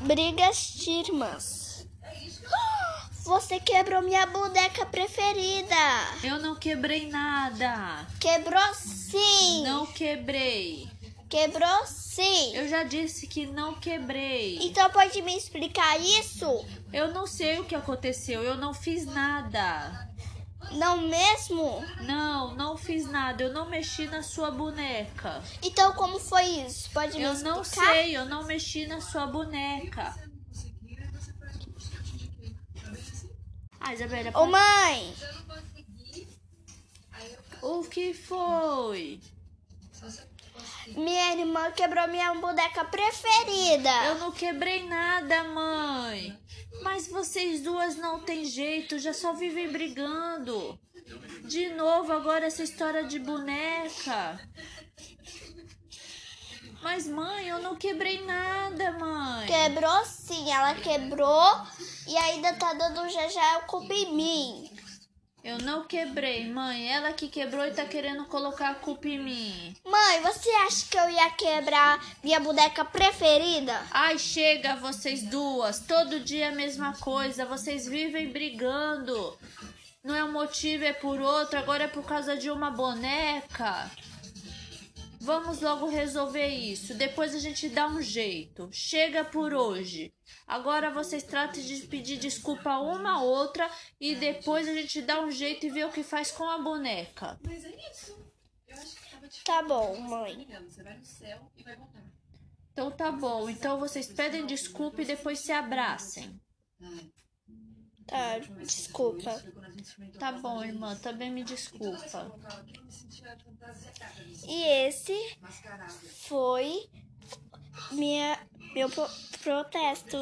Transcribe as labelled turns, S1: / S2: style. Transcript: S1: Brigas de irmãs. Você quebrou minha boneca preferida.
S2: Eu não quebrei nada.
S1: Quebrou sim.
S2: Não quebrei.
S1: Quebrou sim.
S2: Eu já disse que não quebrei.
S1: Então pode me explicar isso?
S2: Eu não sei o que aconteceu. Eu não fiz nada.
S1: Não mesmo?
S2: Não, não fiz nada. Eu não mexi na sua boneca.
S1: Então como foi isso? Pode me
S2: Eu
S1: explicar?
S2: não sei. Eu não mexi na sua boneca. Ah, Isabela,
S1: Ô mãe,
S2: o que foi?
S1: minha irmã quebrou minha boneca preferida.
S2: Eu não quebrei nada, mãe. Mas vocês duas não tem jeito, já só vivem brigando. De novo agora essa história de boneca. Mas mãe, eu não quebrei nada, mãe.
S1: Quebrou sim, ela quebrou e ainda tá dando já já culpa em mim.
S2: Eu não quebrei, mãe. Ela que quebrou e tá querendo colocar a culpa em mim.
S1: Mãe, você acha que eu ia quebrar minha boneca preferida?
S2: Ai, chega vocês duas. Todo dia é a mesma coisa. Vocês vivem brigando. Não é um motivo, é por outro. Agora é por causa de uma boneca. Vamos logo resolver isso. Depois a gente dá um jeito. Chega por hoje. Agora vocês tratem de pedir desculpa a uma a outra e depois a gente dá um jeito e vê o que faz com a boneca.
S1: Tá bom, mãe.
S2: Então tá bom. Então vocês pedem desculpa e depois se abracem.
S1: Tá, desculpa.
S2: Tá bom, irmã. Também me desculpa.
S1: E esse foi minha, meu pro- protesto.